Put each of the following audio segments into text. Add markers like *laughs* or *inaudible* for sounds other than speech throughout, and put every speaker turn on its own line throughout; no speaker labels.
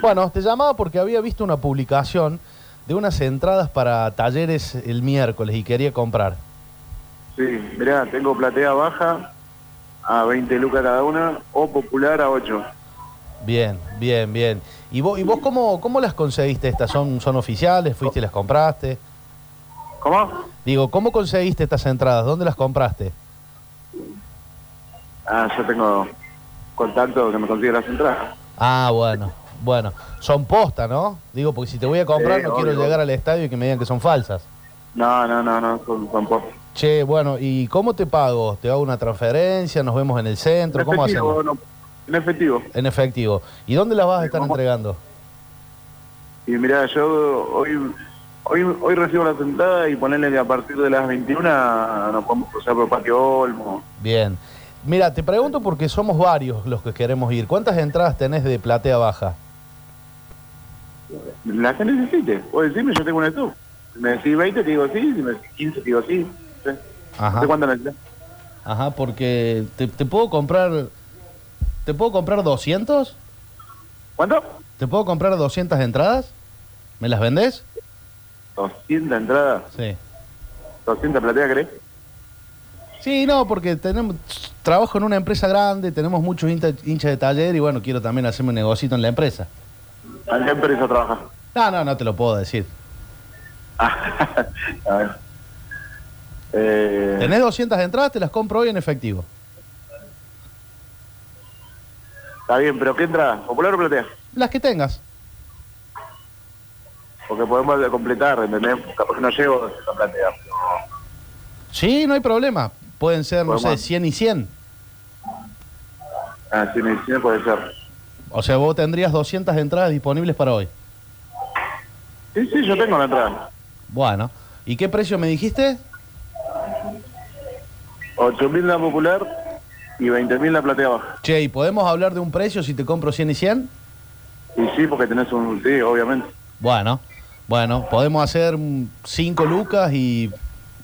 Bueno, te llamaba porque había visto una publicación de unas entradas para talleres el miércoles y quería comprar.
Sí, mirá, tengo platea baja a 20 lucas cada una o popular a 8.
Bien, bien, bien. ¿Y vos, y vos cómo, cómo las conseguiste estas? ¿Son, ¿Son oficiales? ¿Fuiste y las compraste?
¿Cómo?
Digo, ¿cómo conseguiste estas entradas? ¿Dónde las compraste?
Ah, yo tengo contacto que me consigue las entradas.
Ah, bueno, bueno. Son posta, ¿no? Digo, porque si te voy a comprar
Sí,
no quiero
obvio.
llegar al estadio y que me digan que son falsas.
No, no, no, no, son, son pocos.
Che, bueno, ¿y cómo te pago? ¿Te hago una transferencia? ¿Nos vemos en el centro? ¿Cómo hacemos?
no, en efectivo.
En efectivo. ¿Y dónde las vas a
Sí,
estar
vamos.
entregando?
Y mirá, yo hoy hoy hoy recibo la sentada y ponerle que a partir de las 21 nos podemos cruzar por Patio Olmo.
Bien. Mira, te pregunto porque somos varios los que queremos ir. ¿Cuántas entradas tenés de platea baja?
La que necesite. Vos decime, yo tengo una tú. Si me decís 20, te digo sí. Si me decís 15, te digo sí. No sé. No
Ajá.
sé cuánto necesitas.
Ajá, porque te, te puedo comprar... ¿Te puedo comprar 200?
¿Cuánto?
¿Te puedo comprar 200 entradas? ¿Me las vendés?
200 entradas.
Sí.
200 platea, ¿crees?
Sí, no, porque tenemos trabajo en una empresa grande, tenemos muchos hinta- hinchas de taller y bueno, quiero también hacerme un negocito en la empresa.
¿A qué empresa trabajas?
No, no, no te lo puedo decir.
Ah, *laughs* a ver. Eh,
Tenés 200 entradas, te las compro hoy en efectivo.
está bien, pero ¿qué entrada? ¿Popular o platea?
Las que tengas.
Porque podemos completar, ¿entendés? Capaz que no llego a 200 platea. pero
Sí, no hay problema. Pueden ser, no sé,
Podemos.
100 y 100.
Ah, sí, sí, puede ser.
O sea, vos tendrías 200 entradas disponibles para hoy.
Sí, sí, yo tengo la entrada.
Bueno, ¿y qué precio me dijiste?
8.000 la popular y 20.000 la platea baja.
Che, ¿y podemos hablar de un precio si te compro 100 y 100?
Y sí, porque tenés un... Sí, obviamente.
Bueno, bueno, podemos hacer 5 lucas y,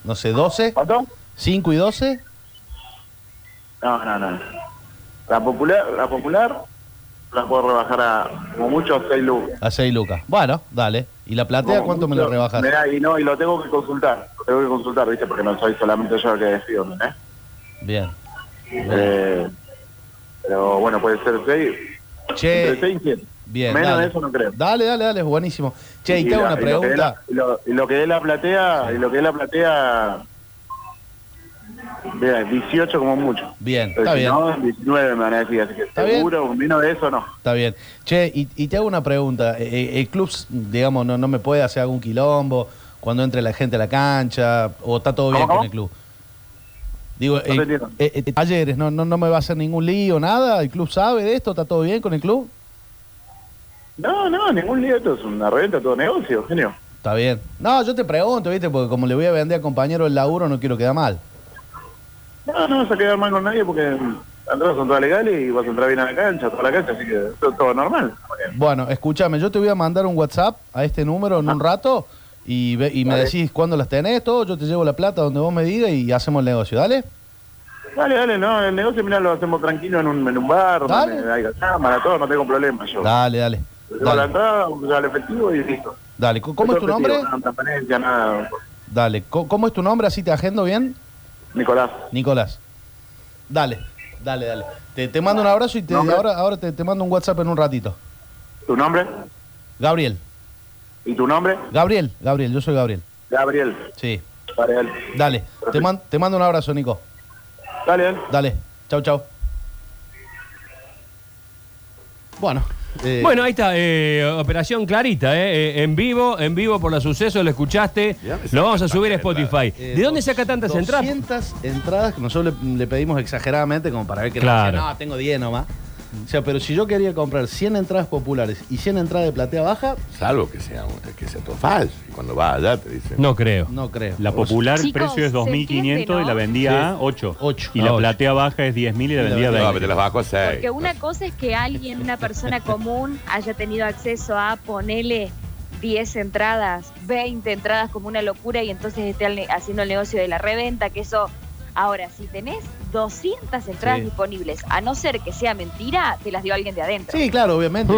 no sé, 12.
¿Cuánto?
5 y 12.
No, no, no. La popular, la popular la puedo rebajar a como mucho a 6 lucas.
A 6 lucas. Bueno, dale. ¿Y la platea
Como
cuánto me la
mucho.
rebajas?
Mirá, y no, y lo tengo que consultar. Lo tengo que consultar, ¿viste? Porque no soy solamente yo el que decido, ¿no? ¿eh?
Bien.
Eh, pero bueno, puede ser 6. Entre
Che,
6 y 7.
Eh, bien.
Menos
dale.
de eso no creo.
Dale, dale, dale, es buenísimo. Che, y te hago
la-
una
lo que dé la-
pregunta.
Y lo, y lo que es la platea, y lo que es la platea, vea, 18 como mucho.
Bien,
Pero
está
Eh, si
bien,
No, 19 me van a decir, así que
Está
seguro, menos de eso no.
está bien. Che, y, y te hago una pregunta. Eh, eh, El club, digamos, no, no me puede hacer algún quilombo cuando entre la gente a la cancha, o está todo bien
¿Cómo,
con
cómo?
el club. Digo,
te
eh,
entiendo.
eh, eh, talleres, no, no, no me va a hacer ningún lío, nada. ¿El club sabe de esto? ¿Está todo bien con el club?
No, no, ningún lío, esto es una reventa, todo negocio, genio.
Está bien. No, yo te pregunto, ¿viste? Porque como le voy a vender a compañero el laburo, no quiero quedar mal.
No, no vas a quedar mal con nadie porque las entradas son todas legales y vas a entrar bien a la cancha, toda la cancha, así que todo, todo normal.
Bueno, escúchame, yo te voy a mandar un WhatsApp a este número en un rato y, ve- y me
Ah. Dale.
decís cuándo las tenés, todo, yo te llevo la plata donde vos me digas y hacemos el negocio, ¿dale?
Dale, dale, no, el negocio, mirá, lo hacemos tranquilo en un, en un bar,
Dale.
donde hay cámara, todo, no tengo problema yo.
Dale, dale.
Pues Yo la
Dale,
entrada, uso el efectivo y listo.
dale. ¿Cómo- ¿Cómo es tu
Eso
nombre?
efectivo, No, transparencia, nada.
Dale, ¿Cómo, cómo es tu nombre? Así te agendo bien,
Nicolás.
Nicolás. Dale, dale, dale. Te, te mando un abrazo y te,
¿Nombre?
ahora, ahora te, te mando un WhatsApp en un ratito.
¿Tu nombre?
Gabriel,
¿Y tu nombre?
Gabriel, Gabriel, yo soy Gabriel.
Gabriel.
Sí,
Para él.
dale. Te, man- te mando un abrazo, Nico.
Dale, él.
Dale, chau, chau. Bueno. eh,
Bueno, ahí está, eh, operación clarita, eh, eh, en vivo, en vivo por los sucesos, lo escuchaste, lo vamos a subir a Spotify.
eh,
¿De dónde
dos-
saca tantas entradas?
200 entradas que nosotros le, le pedimos exageradamente como para ver que no
Claro.
decía, no, tengo 10 nomás. O sea, pero si yo quería comprar 100 entradas populares y 100 entradas de platea baja,
Salvo que sea, un- que sea todo falso. Y cuando vas allá te dicen.
No creo.
no creo.
La popular, el
Chicos,
precio es
¿se
2.500
entiende,
y la
no?
vendía
Sí.
a 8.
Ocho.
Y
A
Ah,
la
ocho.
platea baja es 10.000 y la
la
vendía a
vendía-
No,
20.
pero te las bajo a seis.
Porque una cosa es que alguien, una persona común, haya tenido acceso a ponele 10 entradas, 20 entradas como una locura y entonces esté al ne- haciendo el negocio de la reventa, que eso... Ahora, si tenés 200 entradas
Sí.
disponibles, a no ser que sea mentira, te las dio alguien de adentro.
Sí, claro, obviamente.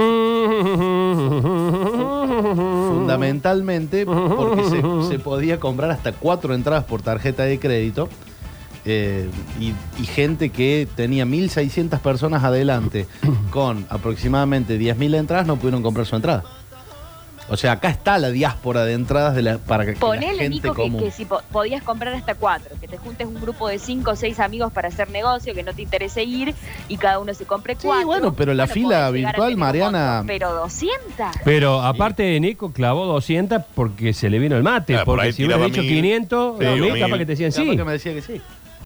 fundamentalmente porque se, se podía comprar hasta cuatro entradas por tarjeta de crédito eh, y, y gente que tenía 1.600 personas adelante con aproximadamente 10.000 entradas no pudieron comprar su entrada. O sea, acá está la diáspora de entradas de la, para que la
Ponele,
gente
Nico, que,
común.
que si po- podías comprar hasta cuatro, que te juntes un grupo de cinco o seis amigos para hacer negocio, que no te interese ir y cada uno se compre
Sí,
cuatro.
bueno, pero la fila
podés llegar a
virtual,
tener un
Mariana-
montón, pero 200.
Pero aparte, Nico clavó 200 porque se le vino el mate.
Claro, Ah, por
porque
ahí
si hubiera
tiraba
dicho
mil.
500,
Sí,
no,
o
mil,
mil.
capaz que te decían
Capaz
sí.
que me decía que sí.